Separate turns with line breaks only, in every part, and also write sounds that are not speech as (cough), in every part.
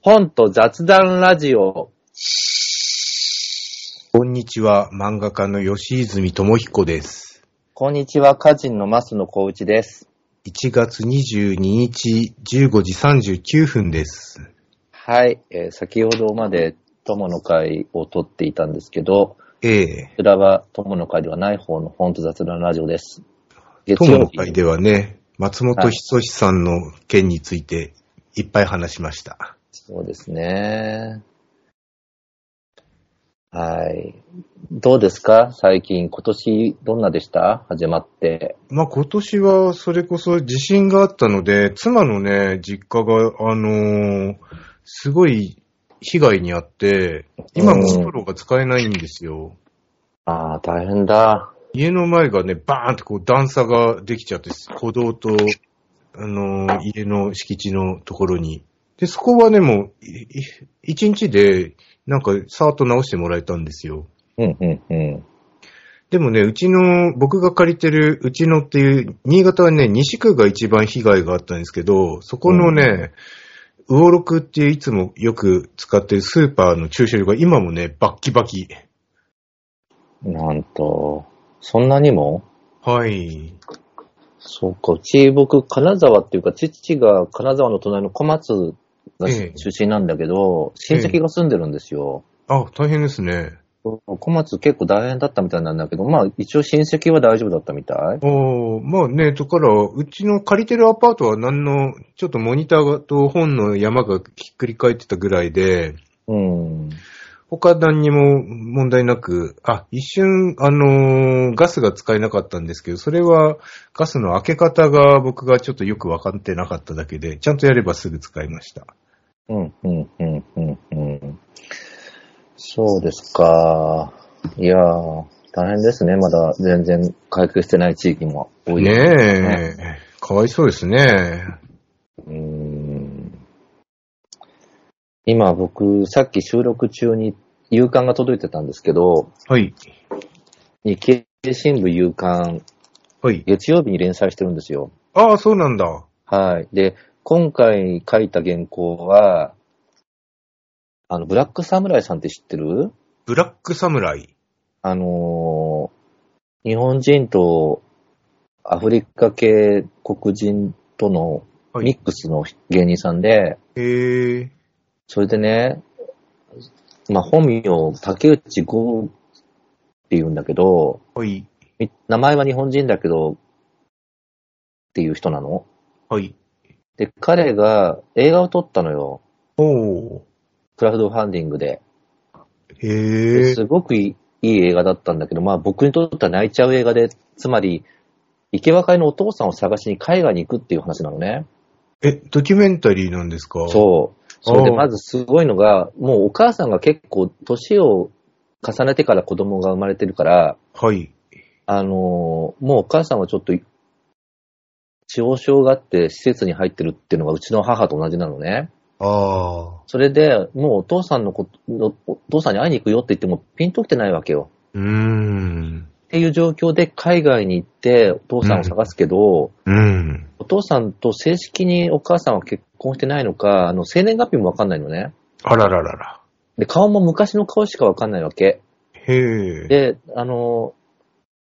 本と雑談ラジオ。
こんにちは、漫画家の吉泉智彦です。
こんにちは、歌人の増野幸内です。
1月22日15時39分です。
はい、えー先ほどまで友の会を撮っていたんですけど、
ええ。
こちらは友の会ではない方の本と雑談ラジオです。月
友
曜
の
日
会ではね、松本人志さんの件についていっぱい話しました。
そうですね。はい。どうですか最近、今年どんなでした始まって。
まあ今年はそれこそ地震があったので、妻のね、実家が、あのーすごい被害にあって、今も道路が使えないんですよ。
ああ、大変だ。
家の前がね、バーンってこう段差ができちゃって、歩道と、あのー家の敷地のところに。で、そこはね、もう、いい一日で、なんか、さーっと直してもらえたんですよ。
うん、うん、うん。
でもね、うちの、僕が借りてる、うちのっていう、新潟はね、西区が一番被害があったんですけど、そこのね、魚六っていういつもよく使ってるスーパーの駐車場が今もね、バッキバキ。
なんと、そんなにも
はい。
そうか、うち僕、金沢っていうか、父が金沢の隣の小松が
ええ
出身なんだけど、親戚が住んでるんですよ。
あ、大変ですね。
小松結構大変だったみたいなんだけど、まあ一応親戚は大丈夫だったみたい。
おーまあね、だから、うちの借りてるアパートは何の、ちょっとモニターと本の山がひっくり返ってたぐらいで、
うん。
他何にも問題なく、あ、一瞬、あのーガスが使えなかったんですけど、それはガスの開け方が僕がちょっとよくわかってなかっただけで、ちゃんとやればすぐ使いました。
うん、うん、うん、うん、うん。そうですか。いやー、大変ですね。まだ全然解決してない地域も多い。
ねえ、かわいそうですね。
うーん今僕、さっき収録中に夕刊が届いてたんですけど、
はい。
日経新聞夕刊、
はい。
月曜日に連載してるんですよ。
ああ、そうなんだ。
はい。で、今回書いた原稿は、あの、ブラックサムライさんって知ってる
ブラックサムライ。
あのー日本人とアフリカ系黒人との
はい
ミックスの芸人さんで、
へえ。
それでね、まあ、本名、竹内剛って言うんだけど、
はい。
み名前は日本人だけど、っていう人なの。
はい。
で、彼が映画を撮ったのよ。
おー。
クラウドファンディングで。
へえ。
すごくいいいい映画だったんだけど、まあ僕にとっては泣いちゃう映画で、つまり、池和会のお父さんを探しに海外に行くっていう話なのね。
え、ドキュメンタリーなんですかう。
そう。それで
おう
まずすごいのが、もうお母さんが結構年を重ねてから子供が生まれてるから、
はい。
あのーもうお母さんはちょっと、地方症があって施設に入ってるっていうのがうちの母と同じなのね。
ああ。
それで、もうお父さんのこと、お父さんに会いに行くよって言ってもピンときてないわけよ。
うーん。
っていう状況で海外に行ってお父さんを探すけど、
うん。
お父さんと正式にお母さんは結婚してないのか、あの、生年月日もわかんないのね。
あらららら。
で、顔も昔の顔しかわかんないわけ。
へえ。
で、あのー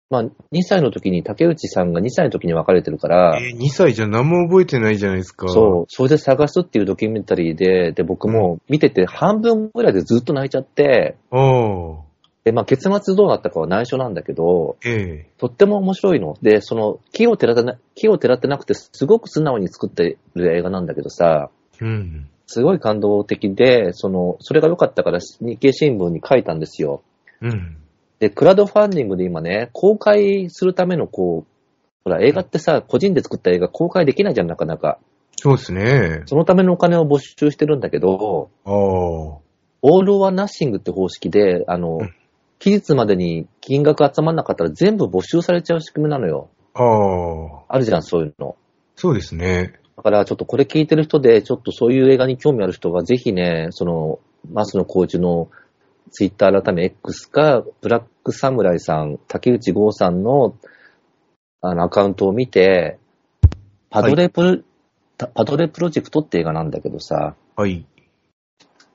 まあ、2歳の時に、竹内さんが2歳の時に別れてるから、
え、2歳じゃ何も覚えてないじゃないですか。
そう、それで探すっていうドキュメンタリーで、で、僕も見てて半分ぐらいでずっと泣いちゃって、
う。ああ。
で、まあ、結末どうなったかは内緒なんだけど、
ええ。
とっても面白いの。で、その、木を照らてな、木を照らってなくて、すごく素直に作ってる映画なんだけどさ、
うん。
すごい感動的で、その、それが良かったから日経新聞に書いたんですよ。
うん。
で、クラウドファンディングで今ね、公開するためのこう、ほら、映画ってさ、個人で作った映画公開できないじゃん、なかなか。
そうですね。
そのためのお金を募集してるんだけど、
ああ。
オール・オア・ナッシングって方式で、あの
うん、
期日までに金額集まんなかったら全部募集されちゃう仕組みなのよ。
ああ。
あるじゃん、そういうの。
そうですね。
だから、ちょっとこれ聞いてる人で、ちょっとそういう映画に興味ある人は、ぜひね、その、マスのコーチのツイッター改め X か、ブラックサムライさん、竹内剛さんの、あの、アカウントを見て、パドレプロ、パドレプロジェクトって映画なんだけどさ、
はい。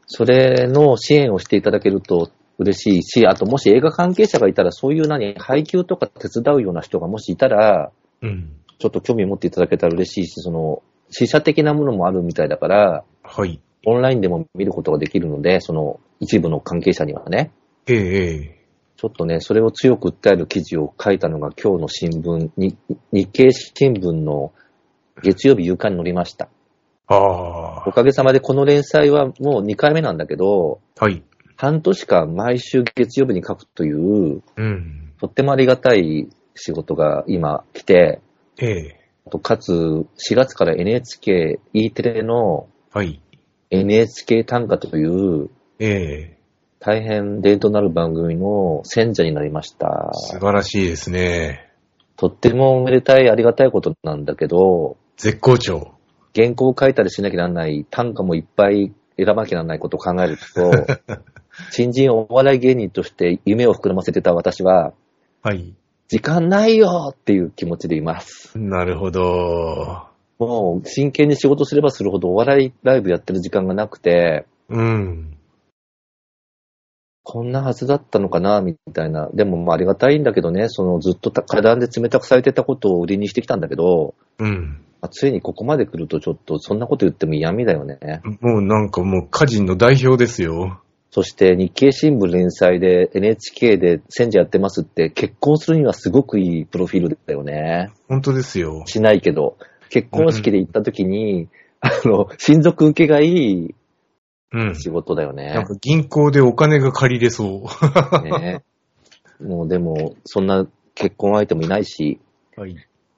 それの支援をしていただけると嬉しいし、あともし映画関係者がいたら、そういう何、配給とか手伝うような人がもしいたら、
うん。
ちょっと興味持っていただけたら嬉しいし、その、試写的なものもあるみたいだから、
はい。
オンラインでも見ることができるので、その、一部の関係者にはね、
ええええ
ちょっとね、それを強く訴える記事を書いたのが今日の新聞、に日経新聞の月曜日夕刊に載りました。
あ
お
あ。
かげさまでこの連載はもう2回目なんだけど、
はい。
半年間毎週月曜日に書くという、
うん。
とってもありがたい仕事が今来て、
ええ
あとかつ4月から NHK、E テレの
はい。
NHK 短歌という
ええ
大変伝統のある番組の選者になりました。
素晴らしいですね。
とってもおめでたいありがたいことなんだけど、
絶好調。
原稿を書いたりしなきゃならない、短歌もいっぱい選ばなきゃならないことを考えると、新人お笑い芸人として夢を膨らませてた私は、
はい。
時間ないよっていう気持ちでいます。
なるほど。
もう真剣に仕事すればするほどお笑いライブやってる時間がなくて、
うん。
こんなはずだったのかな、みたいな。でもまあありがたいんだけどね、そのずっとた花壇で冷たくされてたことを売りにしてきたんだけど、
うん。
まあついにここまで来るとちょっとそんなこと言っても嫌味だよね。
もうなんかもう歌人の代表ですよ。
そして日経新聞連載で NHK で選者やってますって結婚するにはすごくいいプロフィールだよね。
本当ですよ。
しないけど。結婚式で行った時に、あの、親族受けがいい
うん。
仕事だよ
なん (laughs)
ね。
か銀行でお金が借りれそ
ねもうでも、そんな結婚相手もいないし、
う。はい。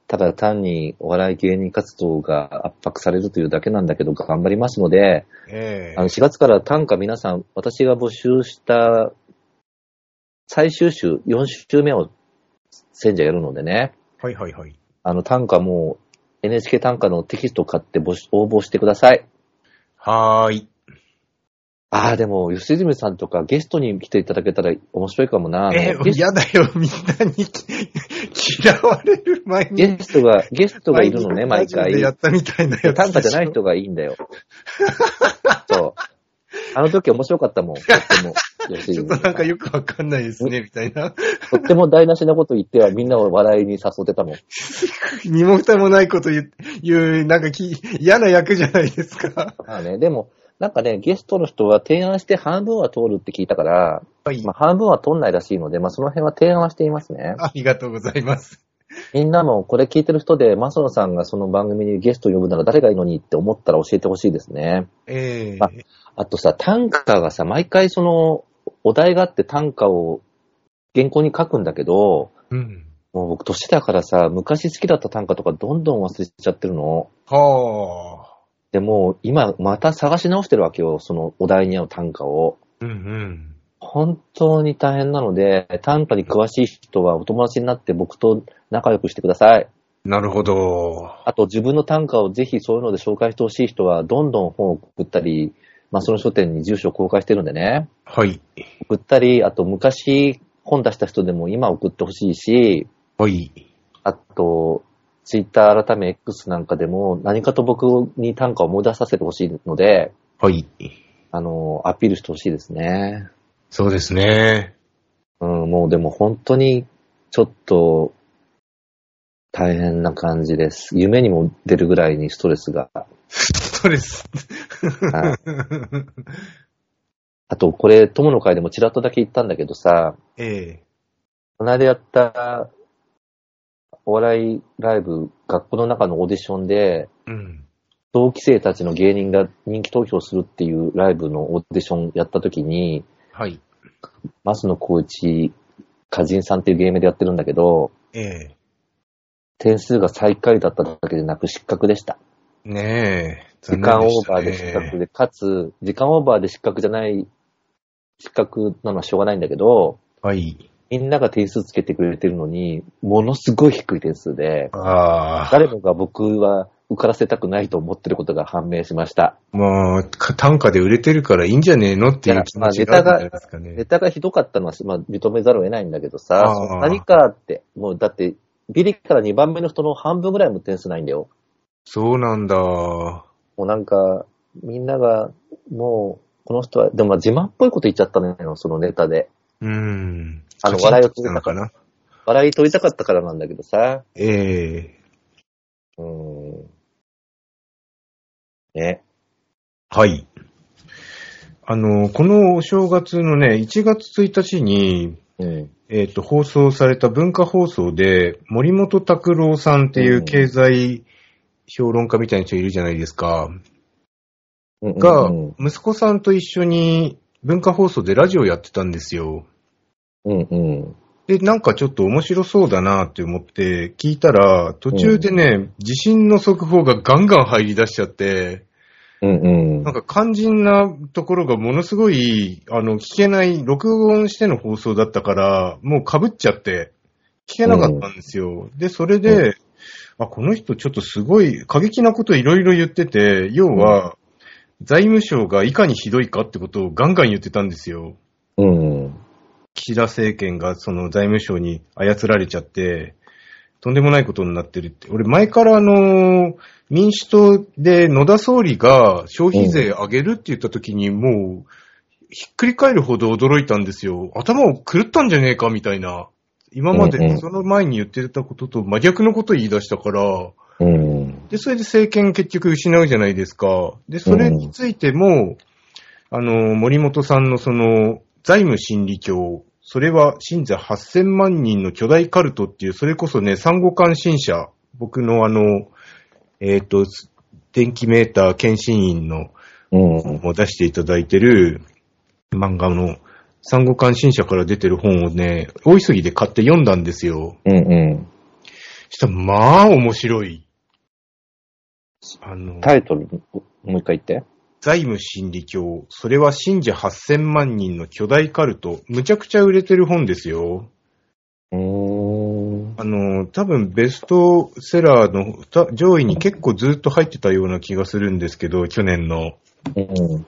ただ単にお笑い芸人活動が圧迫されるというだけなんだけど、頑張りますので、
ええ
あの4月から短歌皆さん、私が募集した最終週、4週目を選者やるのでね、
はいはいはい。
あの短歌もう NHK 短歌のテキストを買って募集応募してください。
はーい。
ああ、でも、吉住さんとかゲストに来ていただけたら面白いかもな。あの
え
ゲ
ー、
ス
嫌だよ、みんなに嫌われる前に。
ゲストが、ゲストがいるのね、毎
ラジ
回
オで。やったみたいなやつでしょ。
短歌じゃない人がいいんだ
(laughs)
よ。そう。あの時面白かったもん。とっても。吉
ちょ
住
っと
さ
なん
ん
かよくわかんないですね、みたいな。
とっても台無しなこと言ってはみんなを笑いに誘ってたもん。
身も蓋もないこと言う、言うなんかき嫌な役じゃないですか。
まあね、でも、なんかね、ゲストの人は提案して半分は通るって聞いたから、
はい。
まあ、半分は通んないらしいので、まあ、その辺は提案はしていますね。
ありがとうございます。
みんなもこれ聞いてる人で、マソノさんがその番組にゲスト呼ぶなら誰がいいのにって思ったら教えてほしいですね。
ええ
ああとさ、短歌がさ、毎回その、お題があって短歌を原稿に書くんだけど、
うん。
もう僕年だからさ、昔好きだった短歌とかどんどん忘れちゃってるの。
はあ。
でも、今また探し直してるわけよ、そのお題に合う短歌を。
うんうん。
本当に大変なので、短歌に詳しい人はお友達になって僕と仲良くしてください。
なるほど。
あと自分の短歌をぜひそういうので紹介してほしい人は、どんどん本を送ったり、まあその書店に住所を公開してるんでね、
はい。
送ったり、あと昔本出した人でも今送ってほしいし、
はい。
あと、ツイッター改め X なんかでも何かと僕に短歌を思い出させてほしいので、
はい。
あの、アピールしてほしいですね。
そうですね。
うん、もうでも本当にちょっと大変な感じです。夢にも出るぐらいにストレスが。
ストレス。 (laughs)
はいあと、これ、友の会でもちらっとだけ言ったんだけどさ、
ええ
この間やったお笑いライブ、学校の中のオーディションで、
うん。
同期生たちの芸人が人気投票するっていうライブのオーディションやった時に、
はい。
松野光一、歌人さんっていう芸名でやってるんだけど、
ええ
点数が最下位だっただけでなく失格でした。
ねえ。
時間オーバーで失格で、かつ、時間オーバーで失格じゃない、失格なのはしょうがないんだけど、
はい。
みんなが点数つけてくれてるのに、ものすごい低い点数で、
ああ。
誰もが僕は受からせたくないと思ってることが判明しました。
もう、か単価で売れてるからいいんじゃねえのっていう気持ちがあるんじゃないですか
ネ
ね。
タがひどかったのは、まあ、認めざるを得ないんだけどさ
あー、
何かって、もうだって、ビリから2番目の人の半分ぐらいも点数ないんだよ。
そうなんだ。
もうなんか、みんなが、もう、この人は、でもまあ自慢っぽいこと言っちゃったのよ、そのネタで。
うん。
あの
カチンと
笑いをつけ
き
た
たのかな。
笑い取りたかったからなんだけどさ。
ええ
うーん。ね。
はい。あの、このお正月のね、1月1日に、
うん。
えっ、と、放送された文化放送で、森本拓郎さんっていう経済評論家みたいな人いるじゃないですか。
うんうん
が
うん、
息子さんと一緒に文化放送でラジオやってたんですよ。
うんうん。
で、なんかちょっと面白そうだなって思って聞いたら、途中でね、地震の速報がガンガン入り出しちゃって、
うんうん
なん。か肝心なところがものすごい、あの、聞けない、録音しての放送だったから、もう被っちゃって、聞けなかったんですよ。で、それで、あ、この人ちょっとすごい過激なこといろいろ言ってて、要は、財務省がいかにひどいかってことをガンガン言ってたんですよ。
うん。
岸田政権がその財務省に操られちゃって、とんでもないことになってるって。俺前からあのー民主党で野田総理が消費税上げるって言った時にもう、ひっくり返るほど驚いたんですよ。頭を狂ったんじゃねえかみたいな。今ま
うんう
で
ん
その前に言ってたことと真逆のことを言い出したから、
うん。
で、それで政権結局失うじゃないですか。で、それについても、あの、森本さんのその、財務心理教、それは信者8000万人の巨大カルトっていう、それこそね、産後関心者、僕のあの、えっ、と、電気メーター検診員の
うん。
もう出していただいてる漫画の、産後関心者から出てる本をね、大急ぎで買って読んだんですよ。
うんうん。
したら、まあ面白い。あの、
タイトル、もう一回言って。
財務心理教、それは信者8000万人の巨大カルト、むちゃくちゃ売れてる本ですよ。
うーん。
あの、多分ベストセラーのた上位に結構ずっと入ってたような気がするんですけど、去年の。
うん。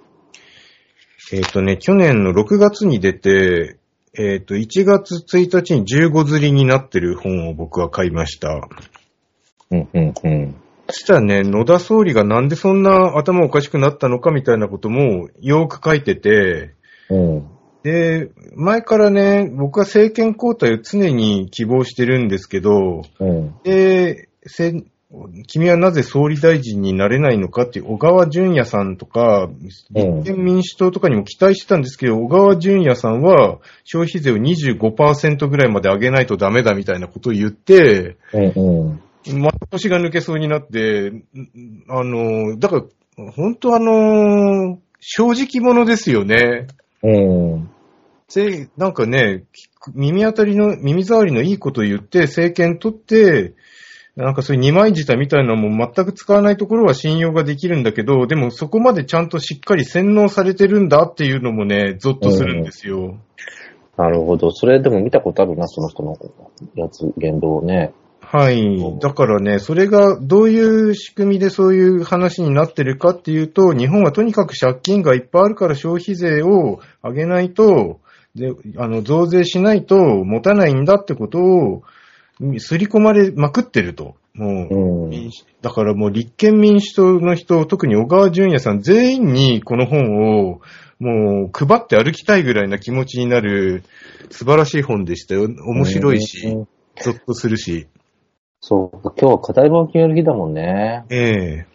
えっ、とね、去年の6月に出て、えっ、と、1月1日に15釣りになってる本を僕は買いました。
うん。うん。うん。
そしたらね、野田総理がなんでそんな頭おかしくなったのかみたいなこともよく書いてて、
うん。
で、前からね、僕は政権交代を常に希望してるんですけど、
うん。
で、せん君はなぜ総理大臣になれないのかっていう小川淳也さんとか、立憲民主党とかにも期待してたんですけど、小川淳也さんは消費税を25%ぐらいまで上げないとダメだみたいなことを言って、
うん。うん。
ま、腰が抜けそうになって、んんあの、だから、本当あの、正直者ですよね。
うん。
せなんかね、聞く耳当たりの、耳障りのいいことを言って、政権取って、なんかそういう二枚舌みたいなのも全く使わないところは信用ができるんだけど、でもそこまでちゃんとしっかり洗脳されてるんだっていうのもね、ゾッとするんですよ。
なるほど。それでも見たことあるな、その人のやつ、言動をね。
はい。だからね、それがどういう仕組みでそういう話になってるかっていうと、日本はとにかく借金がいっぱいあるから消費税を上げないと、で、あの、増税しないと持たないんだってことを、すり込まれまくってると。も
う
う、
ん。
民主だからもう立憲民主党の人、特に小川淳也さん全員にこの本をもう配って歩きたいぐらいな気持ちになる素晴らしい本でしたよ。面白いし、
うん。
ゾッとするし。
そうか、今日は課題を決める日だもんね。
ええ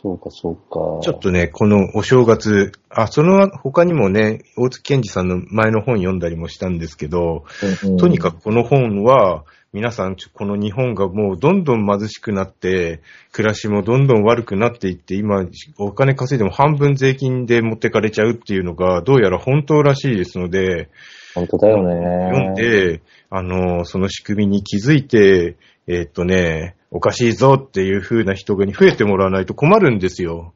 そうか、そうか。
ちょっとね、このお正月、あ、その他にもね、大月健二さんの前の本読んだりもしたんですけど、
うんうん
とにかくこの本は、皆さん、ちょこの日本がもうどんどん貧しくなって、暮らしもどんどん悪くなっていって、今、お金稼いでも半分税金で持ってかれちゃうっていうのが、どうやら本当らしいですので、
本当だよ
読
ね。
んで、あの、その仕組みに気づいて、えーっとね、おかしいぞっていう風な人に増えてもらわないと困るんですよ。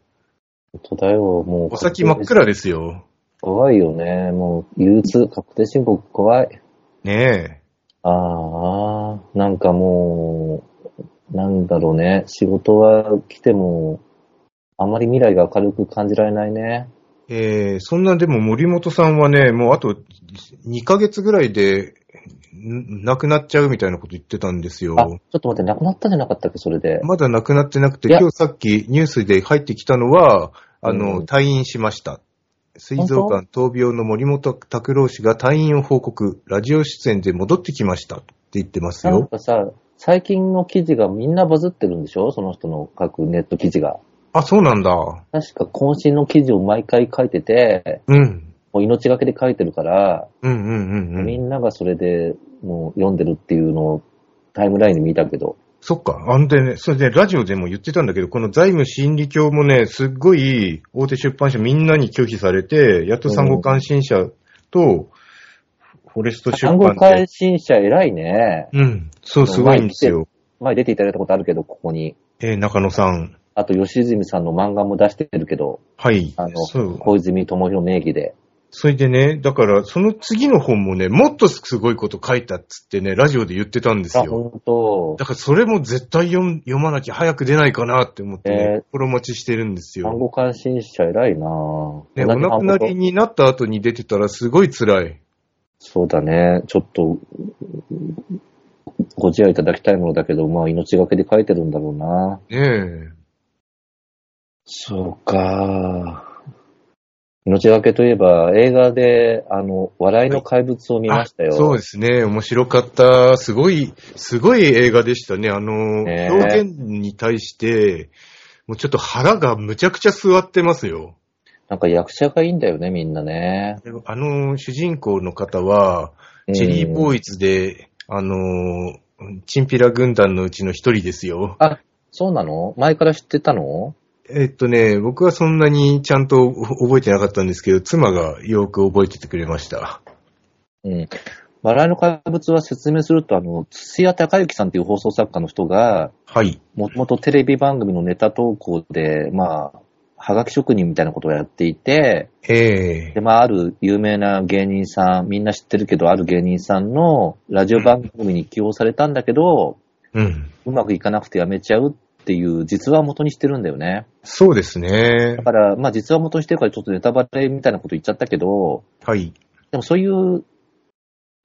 本当だよ、もう。
お先真っ暗ですよ。
怖いよね。もう、憂鬱、確定申告怖い。
ね
ああ、なんかもう、なんだろうね。仕事は来ても、あまり未来が明るく感じられないね。
え。えーそんなでも森本さんはね、もうあと2ヶ月ぐらいで、ん亡くなっちゃうみたいなこと言ってたんで
あ、
す
ちょ
よ。
っと待って、亡くなったんじゃなかったっけ、それで。
まだ亡くなってなくて、
いや
今日さっきニュースで入ってきたのは、あの、
うん
退院しました。膵臓館闘病の森本拓郎氏が退院を報告、ラジオ出演で戻ってきましたって言ってます
なん
よ。
かさ、最近の記事がみんなバズってるんでしょその人の書くネット記事が。
あ、そうなんだ。
確か渾身の記事を毎回書いてて、
うん。
もう命がけで書いてるから、
うんうんうんう
み
ん。
んながそれでもう読んでるっていうのをタイムラインで見たけど。
そっか。あんでね、それでラジオでも言ってたんだけど、この財務心理教もね、すっごい大手出版社みんなに拒否されて、やっと産後関心社と、フォレスト出
単語
版で
関。心者偉いね。
うん。そう、すごいんですよ。
前出ていただいたことあるけど、ここに。
えー中野さん。
あと、吉住さんの漫画も出してるけど、
はい
あ。の
そう、。
小泉智弘名義で。
それでね、だから、その次の本もね、もっとすごいこと書いたっつってね、ラジオで言ってたんです
あ、
よ。
ほんと
だ。から、それも絶対読ん読まなきゃ早く出ないかなって思ってね、
えー
心待ちしてるんです
単
よ。
語関心者偉いなぁ。
ね、
同じ
お亡
単
く
語
なりになった後に出てたらすごい辛い。
そうだね。ちょっと、ご自愛いただきたいものだけど、まあ、命がけで書いてるんだろうな。
ね
そうか。命がけといえば、映画で、あの、笑いの怪物を
え。
見ましたよ。
あそうですね。面白かった。すごい、すごい映画でしたね。あの、
ねえ
表現に対して、もうちょっと腹がむちゃくちゃ座ってますよ。
なんか役者がいいんだよね、みんなね。
あの、主人公の方は、チェリーボ
ーイ。
ーイズで、あのー、チンピラ軍団のうちの一人ですよ。
あ、そうなの前から知ってたの
えっとね、僕はそんなにちゃんと覚えてなかったんですけど、妻がよく覚えててくれました。
うん。笑いの怪物は説明すると、あの、土屋隆之さんっていう放送作家の人が、
はい。
もともとテレビ番組のネタ投稿で、まあ、はがき職人みたいなことをやっていて、
ええ
で、まあ、ある有名な芸人さん、みんな知ってるけど、ある芸人さんのラジオ番組に起用されたんだけど、
うん。
うまくいかなくてやめちゃうっていう実話を元にしてるんだよね。
そうですね
だ。から、まあ実話を元にしてるからちょっとネタバレみたいなこと言っちゃったけど、
はい。
でもそういう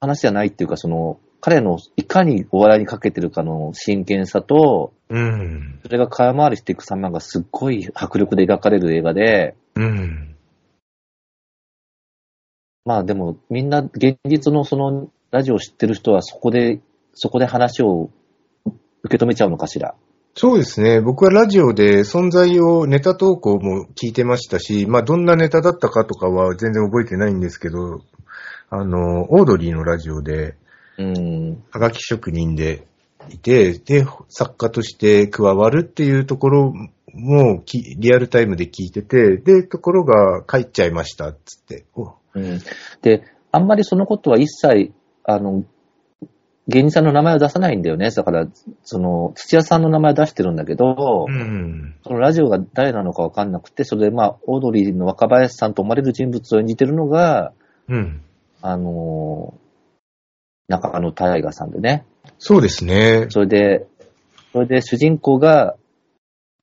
話じゃないっていうか、その、彼のいかにお笑いにかけてるかの真剣さと、
うん。
それが空回りしていく様がすっごい迫力で描かれる映画で、
うん。
まあでもみんな現実のそのラジオを知ってる人はそこで、そこで話を受け止めちゃうのかしら。
そうですね。僕はラジオで存在をネタ投稿も聞いてましたし、まあどんなネタだったかとかは全然覚えてないんですけど、あの、オードリーのラジオで、
うん。
はがき職人でいて、で、作家として加わるっていうところもきリアルタイムで聞いてて、で、ところが帰っちゃいましたっつって。お
うんで、あんまりそのことは一切、あの、芸人さんの名前を出さないんだよね。だから、その、土屋さんの名前を出してるんだけど、
うん。
そのラジオが誰なのかわかんなくて、それでまあ、オードリーの若林さんと思われる人物を演じてるのが、
うん。
あのー中野大河さんでね。
そうですね。
それで、それで主人公が、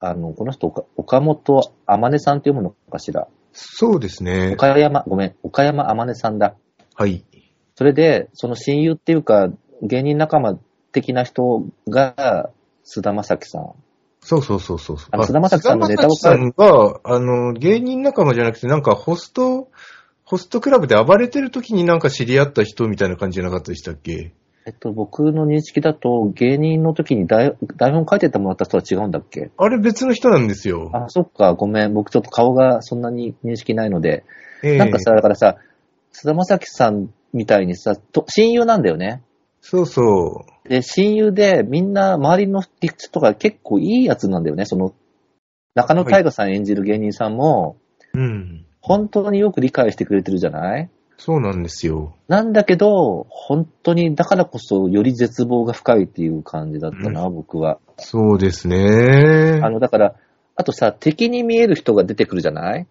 あの、この人、岡岡本天音さんって読むのかしら。
そうですね。
岡山、ごめん、岡山天音さんだ。
はい。
それで、その親友っていうか、芸人仲間的な人が、菅田将暉さん。
そうそうそうそう。
あの菅田将暉さんのネタを
菅田将暉さんが、あの、芸人仲間じゃなくて、なんかホスト、ホストクラブで暴れてる時になんか知り合った人みたいな感じじゃなかったでしたっけ
えっと、僕の認識だと、芸人の時に台台本書いてたもらった人は違うんだっけ
あれ別の人なんですよ。
あ、そっか、ごめん。僕ちょっと顔がそんなに認識ないので。
ええ
なんかさ、だからさ、菅田将暉さんみたいにさと、親友なんだよね。
そうそう。
で、親友で、みんな周りの人とか結構いいやつなんだよね。その、中野大河さん演じる芸人さんも、
うん。
本当によく理解してくれてるじゃない
そうなんですよ。
なんだけど、本当に、だからこそ、より絶望が深いっていう感じだったな、僕は。
そうですね
あ。の、だから、あとさ、敵に見える人が出てくるじゃない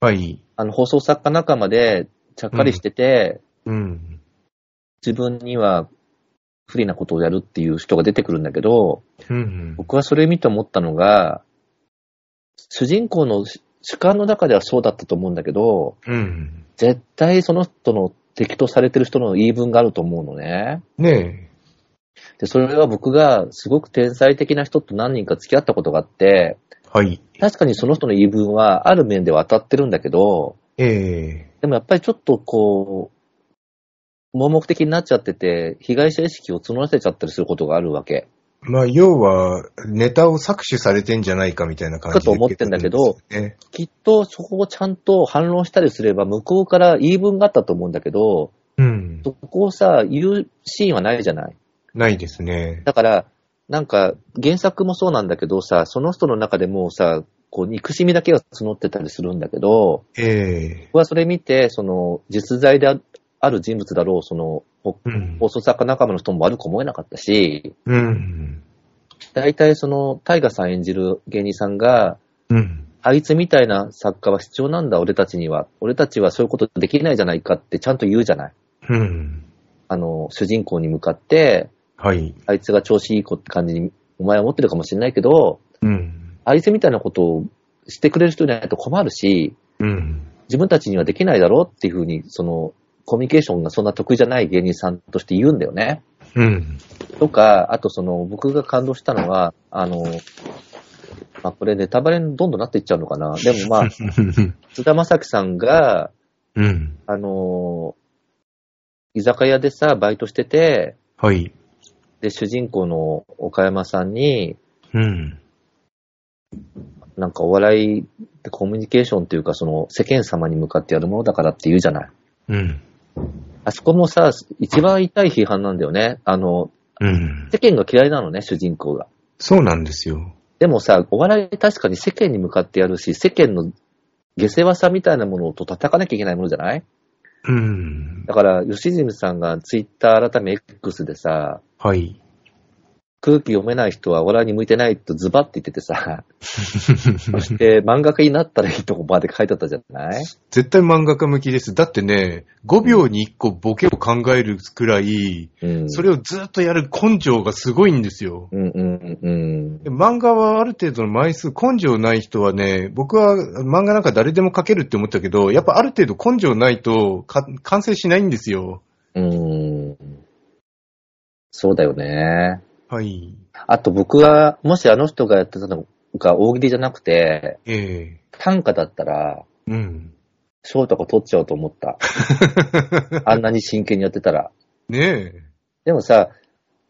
はい。
あの、放送作家仲間で、ちゃっかりしてて、
うん。
自分には不利なことをやるっていう人が出てくるんだけど、
うん。
僕はそれ見て思ったのが、主人公の主主観の中ではそうだったと思うんだけど、
うん。
絶対その人の敵とされてる人の言い分があると思うのね。
ね
で、それは僕がすごく天才的な人と何人か付き合ったことがあって、
え。はい。
確かにその人の言い分はある面では当たってるんだけど、
え
でもやっぱりちょっとこう、盲目的になっちゃってて、被害者意識を募らせちゃったりすることがあるわけ。
えまあ、要は、ネタを搾取されてんじゃないかみたいな感じで
だと思ってんだけど、
ね、
きっとそこをちゃんと反論したりすれば、向こうから言い分があったと思うんだけど、
うん。
そこをさ、言うシーンはないじゃない。
ないですね。
だから、なんか、原作もそうなんだけどさ、その人の中でもうさ、こう、憎しみだけが募ってたりするんだけど、
ええ
僕はそれ見て、その、実在であある人物だろう、その、ほ
うん
放送作家仲間の人も悪く思えなかったし、
うん。
大体その、タイガさん演じる芸人さんが、
うん。
あいつみたいな作家は必要なんだ、俺たちには。俺たちはそういうことできないじゃないかってちゃんと言うじゃない。
うん。
あの、主人公に向かって、
はい。
あいつが調子いい子って感じに、お前は思ってるかもしれないけど、
うん。
あいつみたいなことをしてくれる人いないと困るし、
うん。
自分たちにはできないだろうっていうふうに、その、コミュニケーションがそんな得意じゃない芸人さんとして言うんだよね。
うん。
とか、あとその、僕が感動したのは、あの、まあ、これネタバレにどんどんなっていっちゃうのかな。でもまあ、菅田将暉さんが、
うん。
あの居酒屋でさ、バイトしてて、
はい。
で、主人公の岡山さんに、
うん。
なんかお笑いってコミュニケーションっていうか、その世間様に向かってやるものだからって言うじゃない。
うん。
あそこもさ、一番痛い批判なんだよね。あの、
うん。
世間が嫌いなのね、主人公が。
そうなんですよ。
でもさ、お笑い確かに世間に向かってやるし、世間の下世話さみたいなものと叩かなきゃいけないものじゃない
うん。
だから、吉住さんがツイッター改め X でさ、
はい。
空気読めない人はお笑いに向いてないとズバって言ってて
(laughs)
さ、そして漫画家になったらいいとこまで書いてあったじゃない
絶対漫画家向きです。だってね、5秒に1個ボケを考えるくらい、
うん。
それをずっとやる根性がすごいんですよ。
うんうんうん
で漫画はある程度の枚数、根性ない人はね、僕は漫画なんか誰でも描けるって思ったけど、やっぱある程度根性ないとか完成しないんですよ。
うん。うん。そうだよね。
はい。
あと僕は、もしあの人がやってたのが大喜利じゃなくて、
え
短歌だったら、
えうん。
賞とか取っちゃおうと思った。 (laughs) あんなに真剣にやってたら。
ねえ。
でもさ、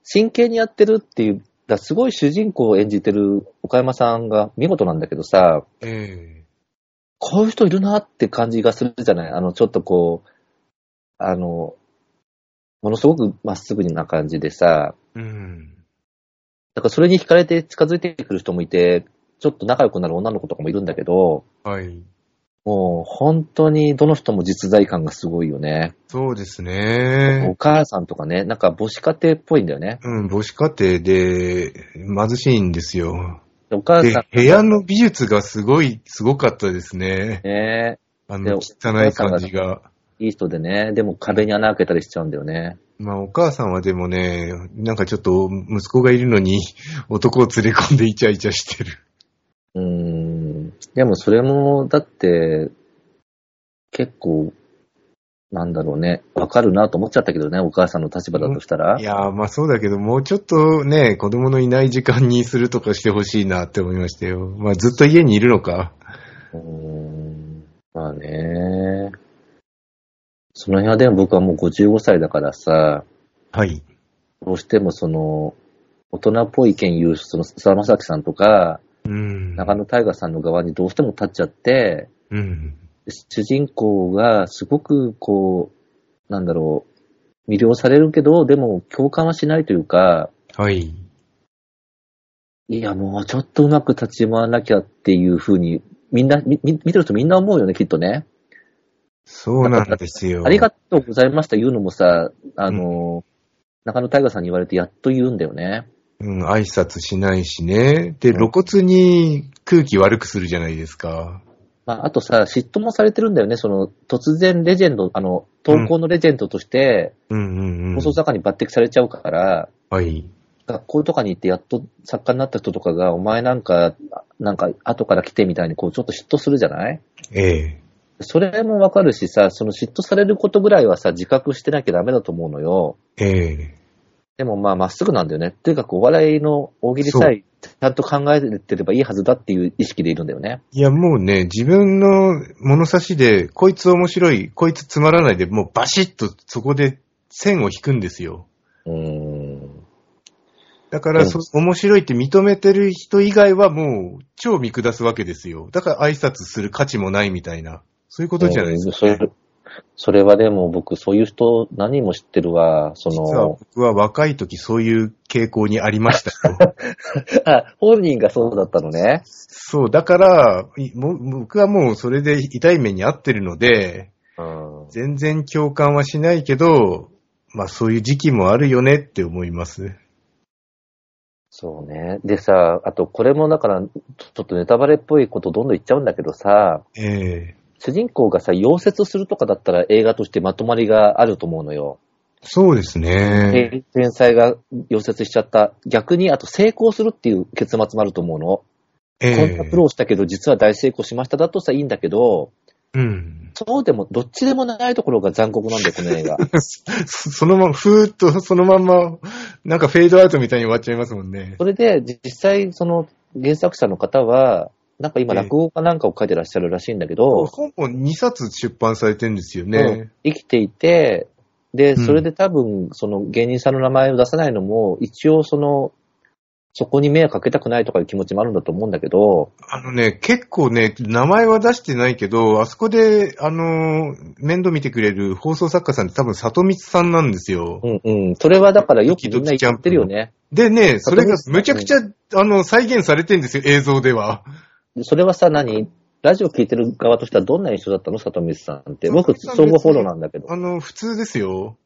真剣にやってるっていう、だすごい主人公を演じてる岡山さんが見事なんだけどさ、
え
こういう人いるなって感じがするじゃないあの、ちょっとこう、あの、ものすごくまっすぐな感じでさ、
えうん。
だからそれに惹かれて近づいてくる人もいて、ちょっと仲良くなる女の子とかもいるんだけど、
はい。
もう本当にどの人も実在感がすごいよね。
そうです
お
ね。
母さんとかね、なんか母子家庭っぽいんだよね。
うん、母子家庭で貧しいんですよ。
お母さん
で、部屋の美術がすごい、すごかったですね。
ね、
あ
で
の、汚い感じが。
いい人でね、でも壁に穴開けたりしちゃうんだよね。
まあ、お母さんはでもね、なんかちょっと息子がいるのに、 (laughs) 男を連れ込んでイチャイチャしてる。
うーん。でもそれも、だって、結構、なんだろうね、わかるなと思っちゃったけどね、お母さんの立場だとしたら
い。やー、まあそうだけど、もうちょっとね、子供のいない時間にするとかしてほしいなって思いましたよ。まあずっと家にいるのか。
うーん。まあね。その辺はでも僕はもう55歳だからさ、
はい。
どうしてもその、大人っぽい意見言う、その、菅田将暉さんとか、
うん。
中野大河さんの側にどうしても立っちゃって、
うん。
主人公がすごくこう、なんだろう、魅了されるけど、でも共感はしないというか、
はい。
いやもうちょっとうまく立ち回らなきゃっていうふうに、みんな、みみ見てる人みんな思うよね、きっとね。
そうなんですよ。
ありがとうございました言うのもさ、あの、中野大河さんに言われてやっと言うんだよね。
うん、挨拶しないしね。で、
うん
露骨に空気悪くするじゃないですか。
まあ、あとさ、嫉妬もされてるんだよね、その、突然レジェンド、あの、投稿のレジェンドとして、
うんうんうん
放。送作家に抜擢されちゃうから、
はい。
学校とかに行ってやっと作家になった人とかが、お前なんか、なんか後から来てみたいに、こう、ちょっと嫉妬するじゃない
ええ。
それもわかるしさ、その嫉妬されることぐらいはさ、自覚してなきゃダメだと思うのよ。
ええ。
でもまあ、まっすぐなんだよね。とにかくお笑いの大喜利さえ、ちゃんと考えてればいいはずだっていう意識でいるんだよね。
いや、もうね、自分の物差しで、こいつ面白い、こいつつまらないで、もうバシッとそこで線を引くんですよ。
うーん。
だから、
うん
そ面白いって認めてる人以外はもう超見下すわけですよ。だから挨拶する価値もないみたいな、そういうことじゃないですか。
それそれはでも僕、そういう人何人も知ってるわ。そ
実は
の、
僕は若い時そういう傾向にありまし
(laughs)
たよ。
あ、本人がそうだったのね。
そう、だから、いもう僕はもうそれで痛い目に遭ってるので、
うん。
全然共感はしないけど、まあそういう時期もあるよねって思います。
そうね。でさ、あとこれもだから、ちょちょっとネタバレっぽいことどんどん言っちゃうんだけどさ、
ええ
主人公がさ、溶接するとかだったら映画としてまとまりがあると思うのよ。
そうですね。
天才が溶接しちゃった。逆に、あと成功するっていう結末もあると思うの。
え
こんな苦労したけど、実は大成功しましただとさ、いいんだけど、
うん。 (laughs)
そうでも、どっちでもないところが残酷なんだよ、この映 (laughs) 画。
そそのまま、ふーっとそのまんま、なんかフェードアウトみたいに終わっちゃいますもんね。
それで、実際、その原作者の方は、なんか今、
ええ
落語かなんかを書いてらっしゃるらしいんだけど、
本も2冊出版されてるんですよ
うん
ね。
生きていて、で、
うん
それで多分、その芸人さんの名前を出さないのも、一応、その、そこに迷惑かけたくないとかいう気持ちもあるんだと思うんだけど、
あのね、結構ね、名前は出してないけど、あそこで、あのー面倒見てくれる放送作家さんって多分里光さんなんですよ。
うんうん。それはだからよくみんな言ってるよね。
でね、それが
里光さん
むちゃくちゃ、あの、再現されてるんですよ、映像では。
でそれはさ、何ラジオ聞いてる側としてはどんな印象だったの里光さんって。僕、
里光さ
相
ん別に
互フォローなんだけど。
あの、普通ですよ。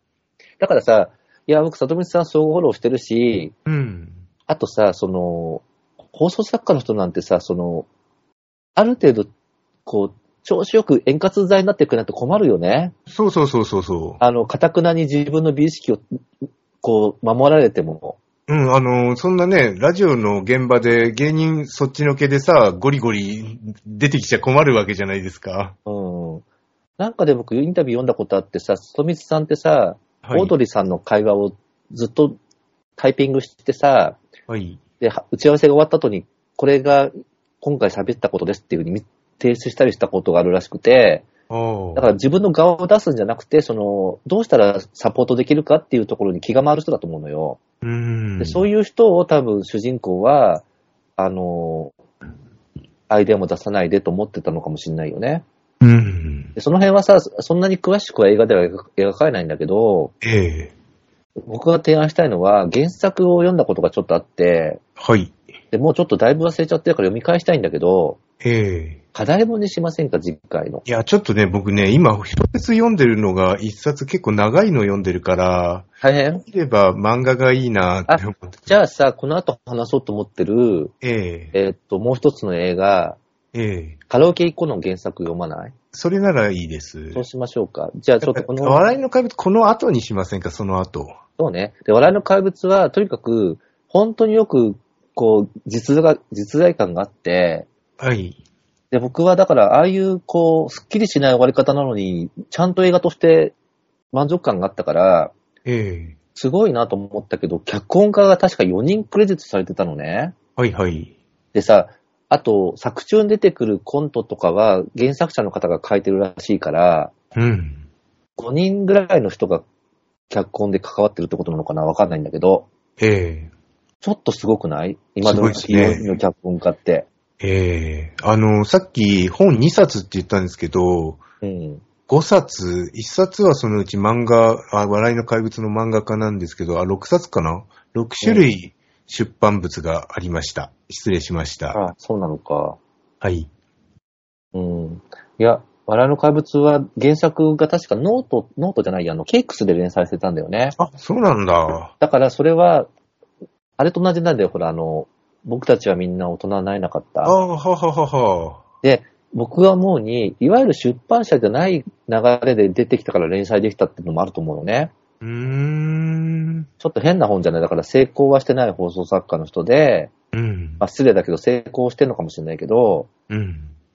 だからさ、いや、僕、里光さん相互フォローしてるし、
うん。
あとさ、その、放送作家の人なんてさ、その、ある程度、こう、調子よく円滑剤になってくれないと困るよね。
そうそうそうそうそ
あの、かたくなに自分の美意識を、こう、守られても。
う。うん、あの、そんなね、ラジオの現場で芸人そっちのけでさ、ゴリゴリ出てきちゃ困るわけじゃないですか。
うん。なんかで僕、インタビュー読んだことあってさ、里光さんってさ、
はい
オードリーさんの会話をずっとタイピングしてさ、
はい。
で、は打ち合わせが終わった後に、これが今回喋ったことですっていうふうにみ提出したりしたことがあるらしくて、
ああ。
だから自分の顔を出すんじゃなくて、その、どうしたらサポートできるかっていうところに気が回る人だと思うのよ。
うん。
でそういう人を多分主人公は、あの、アイデアも出さないでと思ってたのかもしれないよね。
うん。
でその辺はさ、そんなに詳しくは映画では描かれないんだけど、
ええ。
僕が提案したいのは、原作を読んだことがちょっとあって、
はい。
でもうちょっとだいぶ忘れちゃってるから読み返したいんだけど、
ええ。
課題本にしませんか、次回の。
いや、ちょっとね、僕ね、今、一冊読んでるのが、一冊結構長いの読んでるから、
大変
見れば漫画がいいなって思って
じゃあさ、この後話そうと思ってる、
ええ。
えーっと、もう一つの映画、
ええ。
カラオケ一個の原作読まない
それならいいです。
そうしましょうか。じゃあちょっとこの、
笑いの怪物、この後にしませんか、その後。
そうね。で、笑いの怪物は、とにかく、本当によく、こう、実在が、実在感があって、
はい。
で、僕はだから、ああいう、こう、すっきりしない終わり方なのに、ちゃんと映画として満足感があったから、
ええ
すごいなと思ったけど、脚本家が確か4人クレジットされてたのね。
はいはい。
でさ、あと、作中に出てくるコントとかは、原作者の方が書いてるらしいから、
うん。
5人ぐらいの人が脚本で関わってるってことなのかなわかんないんだけど、
ええ
ちょっとすごくない今の
すごいですね
の脚本家って。
ええあの、さっき本2冊って言ったんですけど、
うん。
5冊、1冊はそのうち漫画、あ笑いの怪物の漫画家なんですけど、あ、6冊かな ?6 種類出版物がありました。失礼しました。
あ、そうなのか。
はい。
うん。いや、笑いの怪物は原作が確かノート、ノートじゃないや、あの、ケイクスで連載してたんだよね。
あ、そうなんだ。
だからそれは、あれと同じなんだよ、ほら、あの、僕たちはみんな大人になれなかっ
あ
た。
あ、はははは。
で、僕が思うに、いわゆる出版社じゃない流れで出てきたから連載できたっていうのもあると思うのね。
うーん。
ちょっと変な本じゃない。だから成功はしてない放送作家の人で、
うん
ま。あ、失礼だけど成功してるのかもしれないけど、
うん。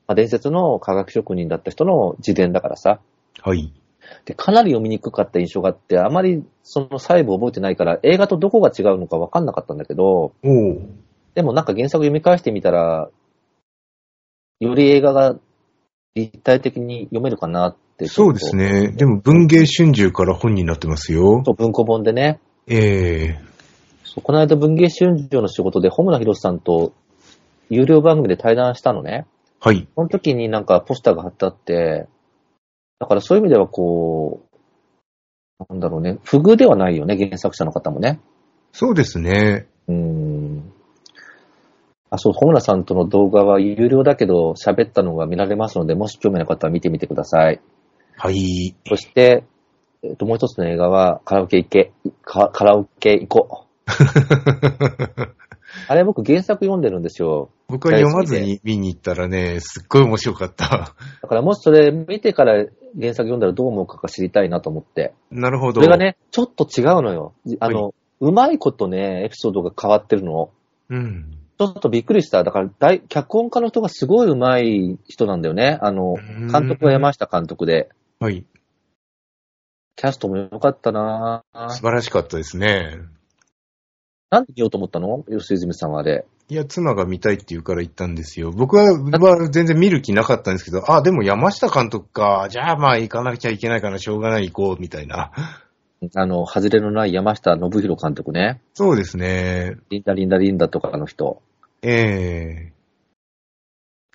まあ、伝説の科学職人だった人の自伝だからさ。
はい。
で、かなり読みにくかった印象があって、あまりその細部を覚えてないから、映画とどこが違うのか分かんなかったんだけど、
おう
でもなんか原作読み返してみたら、より映画が立体的に読めるかなって。
そうです
ね。
ね。でも文芸春秋から本になってますよ。
そう文庫本でね。
ええ
そうこの間文芸春秋の仕事で、穂村博さんと有料番組で対談したのね。
はい。
その時になんかポスターが貼ってあって、だからそういう意味ではこう、なんだろうね、不遇ではないよね、原作者の方もね。
そうですね。
うーん。あ、そう、穂村さんとの動画は有料だけど、喋ったのが見られますので、もし興味のある方は見てみてください。
はい。
そして、えっと、もう一つの映画は、カラオケ行け、カカラオケ行こう。あれ僕原作読んでるんですよ。
僕は読まずに見に行ったらね、すっごい面白かった。
だからもしそれ見てから原作読んだらどう思うかが知りたいなと思って。
(laughs) なるほ
そ
ど。
れがね、ちょっと違うのよ。じあの、
は
うまいことね、エピソードが変わってるの。
うん。
ちょっとびっくりした。だから大、脚本家の人がすごいうまい人なんだよね。あの、
うん
監督は山下監督で。
はい。
キャストも良かったなぁ
素晴らしかったですね。
なんで見ようと思ったの吉泉さんはあれ。
いや、妻が見たいって言うから行ったんですよ。僕は、は全然見る気なかったんですけど、あ、でも山下監督か。じゃあまあ行かなきゃいけないからしょうがない行こう、みたいな。
あの、外れのない山下信弘監督ね。
そうですね。
リンダリンダリンダとかの人。
ええ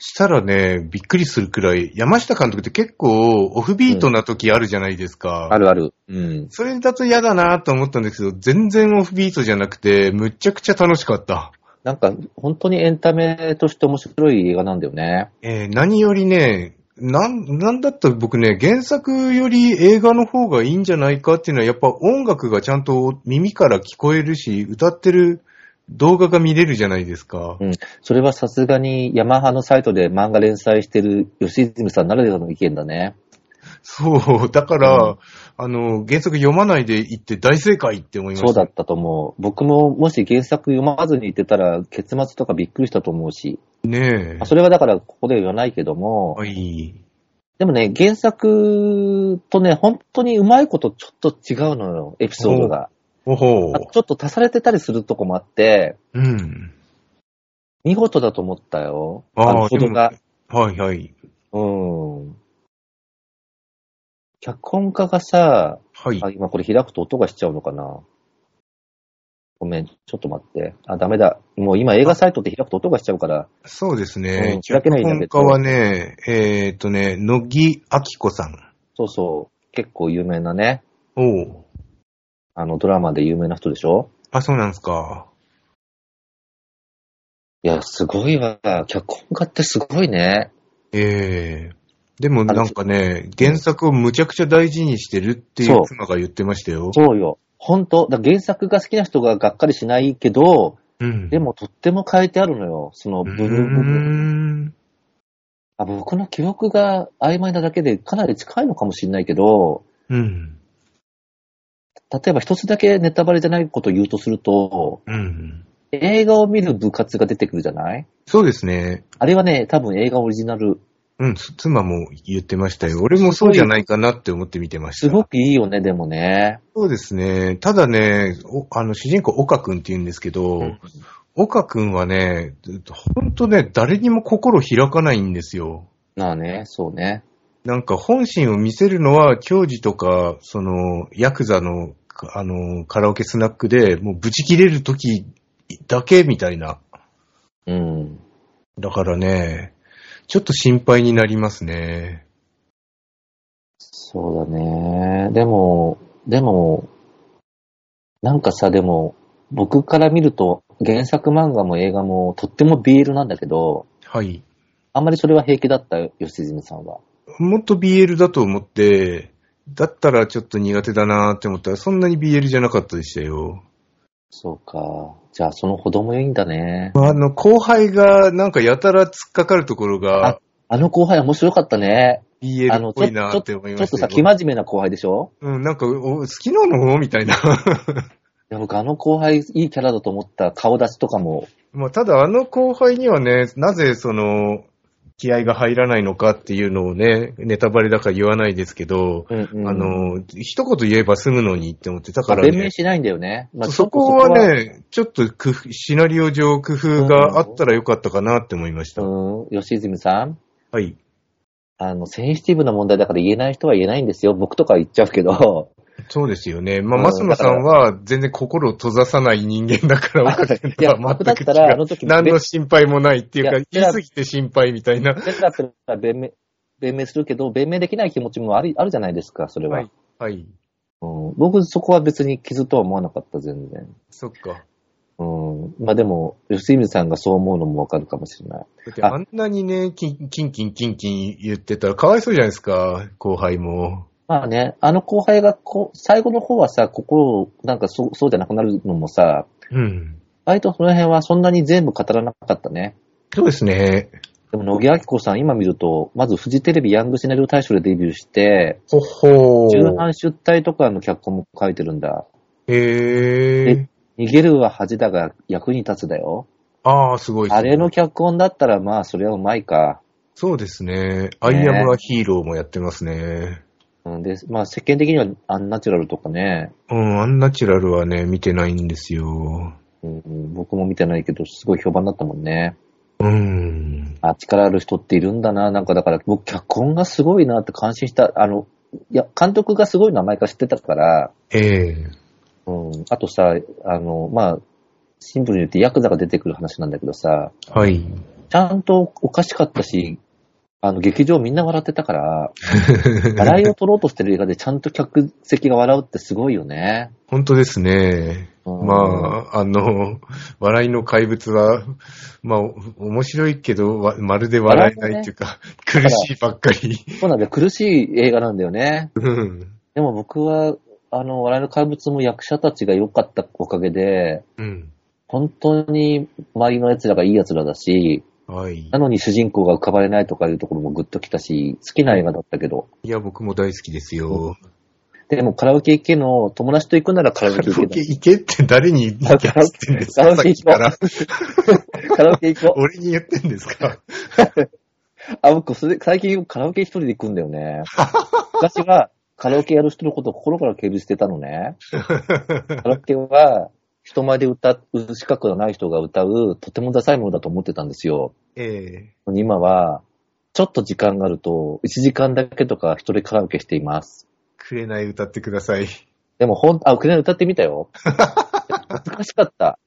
したらね、びっくりするくらい、山下監督って結構オフビートな時あるじゃないですか。
あるある。うん。
それだと嫌だなと思ったんですけど、全然オフビートじゃなくて、むちゃくちゃ楽しかった。
なんか、本当にエンタメとして面白い映画なんだよね。
えー何よりね、なん、なんだったら僕ね、原作より映画の方がいいんじゃないかっていうのは、やっぱ音楽がちゃんと耳から聞こえるし、歌ってる動画が見れるじゃないですか。
それはさすがにヤマハのサイトで漫画連載してる吉泉さんならではの意見だね。
そう、だから、
うん
あの、原作読まないで行って大正解って思いました。
そうだったと思う。僕ももし原作読まずに言ってたら結末とかびっくりしたと思うし。
ねえ
まあ。それはだからここでは言わないけども、
はい。
でもね、原作とね、本当にうまいことちょっと違うのよ、エピソードが。
おほう
あ。ちょっと足されてたりするとこもあって、
うん。
見事だと思ったよ。
あー
あのほどが。
はいはい。
うん。脚本家がさ、
はい。
あ、今これ開くと音がしちゃうのかな。ごめん、ちょっと待って。あ、ダメだ。もう今映画サイトって開くと音がしちゃうから。
そうです
う
ね
ん。開けないんだけど
本家はね、えーっとね、野木明子さん。
そうそう。結構有名なね。
おう。
あの、ドラマで有名な人でしょ
あ、そうなんですか。
いや、すごいわ。脚本家ってすごいね。
ええでもなんかね、原作をむちゃくちゃ大事にしてるってい
そうう
妻が言ってましたよ。
そうよ。本当だ原作が好きな人ががっかりしないけど、
うん。
でもとっても変えてあるのよ。その
う
部
ー
分部分。
ん。
あ僕の記憶が曖昧なだけでかなり近いのかもしれないけど、
うん。
例えば一つだけネタバレじゃないことを言うとすると、
うん。
映画を見る部活が出てくるじゃない
そうですね。
あれはね、多分映画オリジナル。
うん、つ妻も言ってましたよ。俺もそうじゃないかなって思って見てました。
すごくいいよね、でもね。
そうですね。ただね、おあの、主人公、岡くんって言うんですけど、
うん
岡くんはね、本当ね、誰にも心開かないんですよ。
まあね、そうね。
なんか本心を見せるのは、教授とか、その、ヤクザの、かあの、カラオケスナックで、もうブチ切れる時だけみたいな。
うん。
だからね、ちょっと心配になりますね。
そうだね。でも、でも、なんかさ、でも、僕から見ると、原作漫画も映画もとっても BL なんだけど、
はい。
あんまりそれは平気だったよ、吉住さんは。
もっと BL だと思って、だったらちょっと苦手だなって思ったら、そんなに BL じゃなかったでしたよ。
そうか。じゃあ、そのほどもいいんだね。
あの、後輩がなんかやたら突っかかるところが、
あの後輩面白かったね。あ
BL
の
っぽいなって思い
ちょ
ま
っと
した
さ、
よ
生真面目な後輩でしょ
うん、なんか、お好きなのみたいな。
い
(laughs)
や僕、あの後輩、いいキャラだと思った顔出しとかも、
まあ、ただあの後輩にはね、なぜその、気合が入らないのかっていうのをね、ネタバレだから言わないですけど、
うんうん
あの、一言言えば済むのにって思って、だから
弁明
ね、
しないんだよね。まあ
そこは、ね、ちょっと工夫、シナリオ上工夫があったらよかったかなって思いまし
ち
た。
ょっとそこはうん、吉住さん、
はい。
あの、センシティブな問題だから言えない人は言えないんですよ。僕とか言っちゃうけど、
そうですよね。まあ、
うん
マスマさんは全然心を閉ざさない人間だから、
あ
岡ちゃんと
い
は
や僕
全
だっ
く違
たらあ
う
の。時
(laughs) 何の心配もないっていう
い
か
や、
言い過ぎて心配みたいな。
だからそれは弁明、弁明するけど、弁明できない気持ちもあるあるじゃないですか、それは。
はいはい。
うん、僕、そこは別に傷とは思わなかった、全然。
そっか。
うん、まあでも、吉住さんがそう思うのもわかるかもしれない。
だってあんなにね、キンキンキンキンキン言ってたらかわいそうじゃないですか、後輩も。
まあね、あの後輩がこう、最後の方はさ、心を、なんかそう、そうじゃなくなるのもさ、
うん。
割とその辺はそんなに全部語らなかったね。
そうですね。
でも、野木明子さん今見ると、まずフジテレビヤングシナリオ大賞でデビューして、
ほっほ
中
ー。
半出退とかの脚本も書いてるんだ。
へー
え。逃げるは恥だが役に立つだよ。
ああ、すごいっすね
あれの脚本だったら、まあ、それはうまいか。
そうですね。アイアムアヒーローもやってますね。
うん、で、まあ、世間的にはアンナチュラルとかね、
うん、アンナチュラルはね、見てないんですよ。
うん、僕も見てないけど、すごい評判だったもんね。
うん。
あ、力ある人っているんだな、なんかだから、僕、脚本がすごいなって感心した。あの、いや、監督がすごい名前か知ってたから、
ええ
うん、あとさ、あの、まあ、シンプルに言ってヤクザが出てくる話なんだけどさ、
はい。
ちゃんとおかしかったし、あの、劇場みんな笑ってた
(laughs)
から、笑いを取ろうとしてる映画でちゃんと客席が笑うってすごいよね。
本当ですね。
うん
まあ、あの、笑いの怪物は、まあ、お面白いけど、わまるで笑えないっていうか、苦しいばっかり。
そうなんだよ。苦しい映画なんだよね。
うん。
でも僕は、あの、笑いの怪物も役者たちが良かったおかげで、
うん。
本当に周りの奴らがいい奴らだし、
はい
な。のに主人公が浮かばれないとかいうところもグッときたし、好きな映画だったけど。
いや、僕も大好きですよ。
でもカラオケ行けの、友達と行くならカラオケ行
行
け
け行けって誰に行けって言ってんです
カラ
か
オ
さっ
ケ
き
行こう
から。
だ。カラオケ行こ
俺に言ってんですか
う。あ、僕、それ最近カラオケ一人で行くんだよね。昔はカラオケやる人のことを心から軽蔑してたのね。カラオケは、人前で歌う資格のない人が歌う、とてもダサいものだと思ってたんですよ。
ええ
今は、ちょっと時間があると、1時間だけとか一人カラオケしています。
くれない歌ってください。
でもほん、あ、ウクレレ歌ってみたよ。難しかった。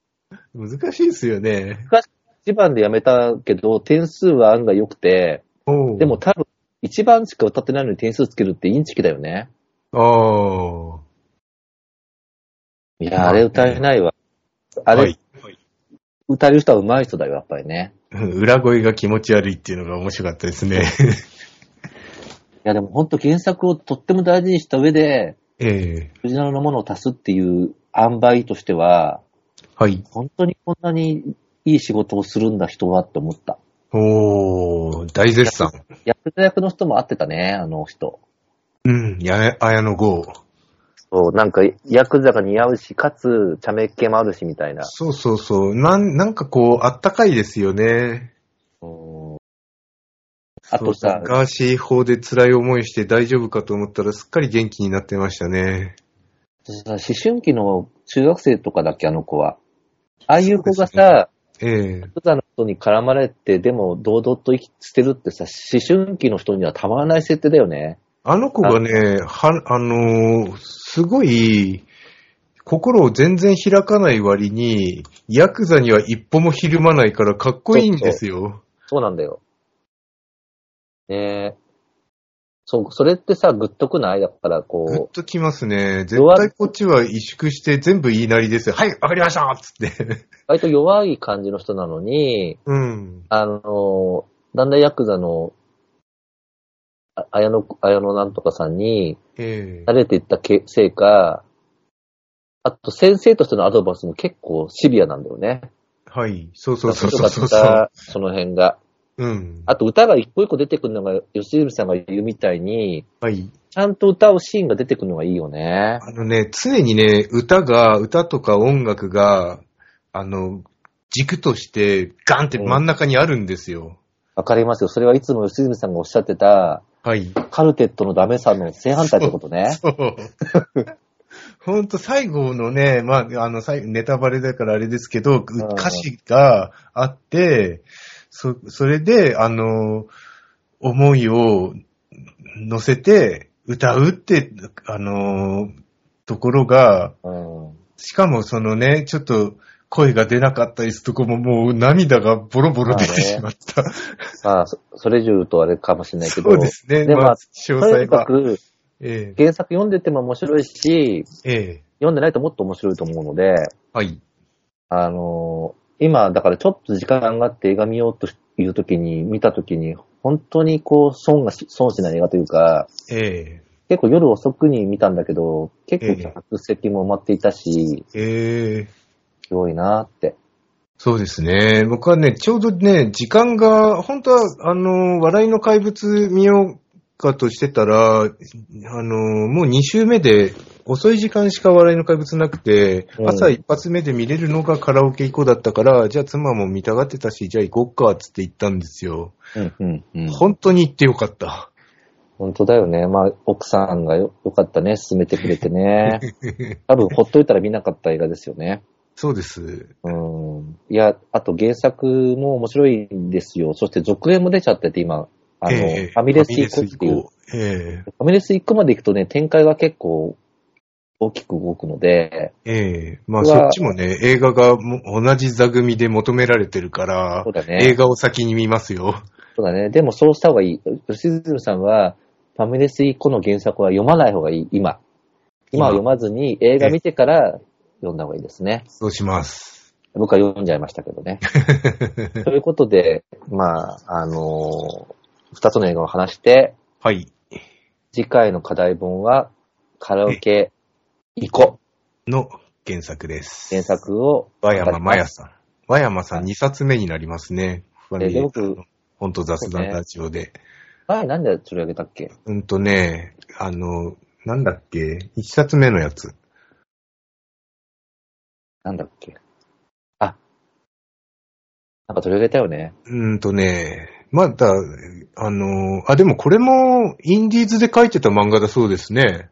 難しいですよね。
1番でやめたけど、点数は案外良くて、
おう
でも、多分、1番しか歌ってないのに点数つけるってインチキだよね。
ああ。
いや、あれ歌えないわ。あれ、
はい
歌える人は上手い人だよ、やっぱりね。
うん裏声が気持ち悪いっていうのが面白かったです
い
ね。
や、でも本当原作をとっても大事にした上で、
(laughs) ええ
オリジナルのものを足すっていう塩梅としては、
はい。
本当にこんなにいい仕事をするんだ人はって思った。
おー、大絶賛。
役者役の人も合ってたね、あの人。
うん、や、綾野剛。
そう、なんか、ヤクザが似合うし、かつ、茶目っ気もあるし、みたいな。
そうそうそう。なん、なんかこう、あったかいですよね。
あとさ
そうガーシー法で辛い思いして大丈夫かと思ったらすっかり元気になってましたね。
さ思春期の中学生とかだっけ、あの子は。ああいう子が
そうです
さ、
ええ
ヤクザの人に絡まれて、でも堂々と生き捨てるってさ、思春期の人にはたまらない設定だよね。
あの子がね、は、あのーすごい、心を全然開かない割に、ヤクザには一歩もひるまないからかっこいいんですよ。
そうなんだよ。ねえ。そう、それってさ、グッとくないだから、
ぐっ
こと
きますね。絶
弱
対こっちは萎縮して全部言いなりですよ。はい、わかりましたっつって。 (laughs)
う、割と弱い感じの人なのに、
うん。
あの、だんだんヤクザの、あ綾野、綾野なんとかさんに
ええ
慣れていったけせいか、あと先生としてのアドバイスも結構シビアなんだよね。
はい。そうそうそうそうそう
面白かったその辺が。
うん。
あと歌が一個一個出てくるのが、吉住さんが言うみたいに、
はい。
ちゃんと歌うシーンが出てくるのがいいよね。
あのね、常にね、歌が、歌とか音楽が、あの、軸としてガンって真ん中にあるんですよ。
わかりますよ。それはいつも吉住さんがおっしゃってた、
はい。
カルテットのダメさの正反対ってことね。
そう。 (laughs) ほんと最後のね、まあ、あの、最後ネタバレだからあれですけど、歌詞があって、そ、それで、あの、思いを乗せて歌うって、あの、ところが、
うん。
しかもそのね、ちょっと声が出なかったりするとこももう涙がボロボロ出てしまった。
まあ、そそれ以上言うとあれかもしれないけど。
そうですね。
で、ま
ま
あ
あ、、
と
詳細
にか
は。
く、
え
原作読んでても面白いし、
え、ええ、
読んでないともっと面白いと思うので、
はい。
あのー今、だからちょっと時間があって映画見ようという時に、見た時に、本当にこう、損がし、損しない映画というか、
ええ。
結構夜遅くに見たんだけど、結
え
構
え
客席も埋まっていたし、
ええ
すごいなって。
そうですね。僕はね、ちょうどね、時間が、本当は、あの、笑いの怪物見ようかとしてたら、あの、もう2週目で、遅い時間しか笑いの怪物なくて、
うん
朝一発目で見れるのがカラオケ以降だったから、じゃあ妻も見たがってたし、じゃあ行こっか、つって行ったんですよ。
うんうんうん。
本当に行ってよかった。
本当だよね。まあ、奥さんがよよかったね、勧めてくれて (laughs) ね。多分、ほっといたら見なかった映画ですよね。
そうです。
うん。いや、あと原作も面白いんですよ。そして続編も出ちゃってて、今、あの、
ええ
ファミレス行こうっていう。。
ファミレス以降
ファミレス1個まで行くとね、展開が結構大きく動くので、
ええええまあ
うわ
そっちもね、映画がも同じ座組で求められてるから
そう、だ
映
ね。
画を先に見ますよ。
そうだね。でもそうした方がいい。吉住さんは、ファミレス1個の原作は読まない方がいい、今。今は読まずに映画見てから読んだ方がいいですね。
そうします。
僕は読んじゃいましたけど
(laughs)
ね。ということで、まあ、あのー二つの映画を話して、
はい。
次回の課題本は、カラオケ行こ
の原作で
う
す。
原作を
和山まや
さ
さん。和山さん2冊目になりますね。ファミ
で
リ
よ
ー
く、
ほんと雑談ラジオで。
前なんで取り上げたっけ
うんとね、あの、なんだっけ、1冊目のやつ。
なんだっけあ、なんか取り上げたよね。
うんとね、まだ、あの、あ、でもこれもインディーズで書いてた漫画だそうですね。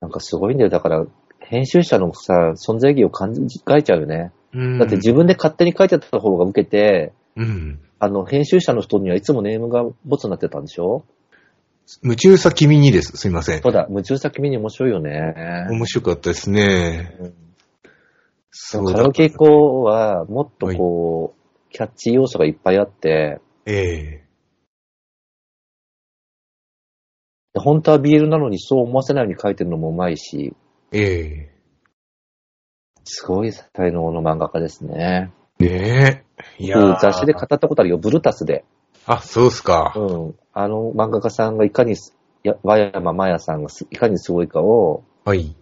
なんかすごいんだよ。だから、編集者のさ、存在意義を感じ、書いちゃうよね。
うん。
だって自分で勝手に書いてた方が受けて、
うん。
あの、編集者の人にはいつもネームがボツになってたんでしょ
夢中さ君にです。すいません
そ。うだ、夢中さ君に面白いよね。
面白かったですね。
うん
そ
カラオケ以降は、もっとこう、キャッチ要素がいっぱいあって、
ええ
本当は BL なのにそう思わせないように書いてるのもうまいし、
ええ
すごい才能の漫画家ですね。
ねえ。いや
うん
ー
雑誌で語ったことあるよ、ブルタスで。
あ、そうっすか。
うん。あの漫画家さんがいかにす、や和山麻也さんがすいかにすごいかを、
はい。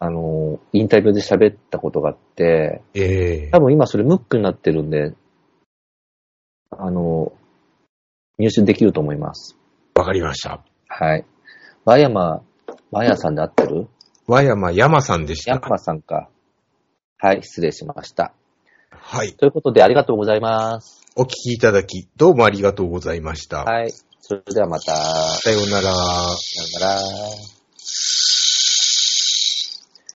あの、インタビューで喋ったことがあって、
ええ
多分今それムックになってるんで、あの、入手できると思います。
わかりました。
はい。和山、和山さんで合ってる
和山山さんでした。
山さんか。はい、失礼しました。
はい。
ということで、ありがとうございます。
お聞きいただき、どうもありがとうございました。
はい。それではまた。さよ
さようなら。
うなら。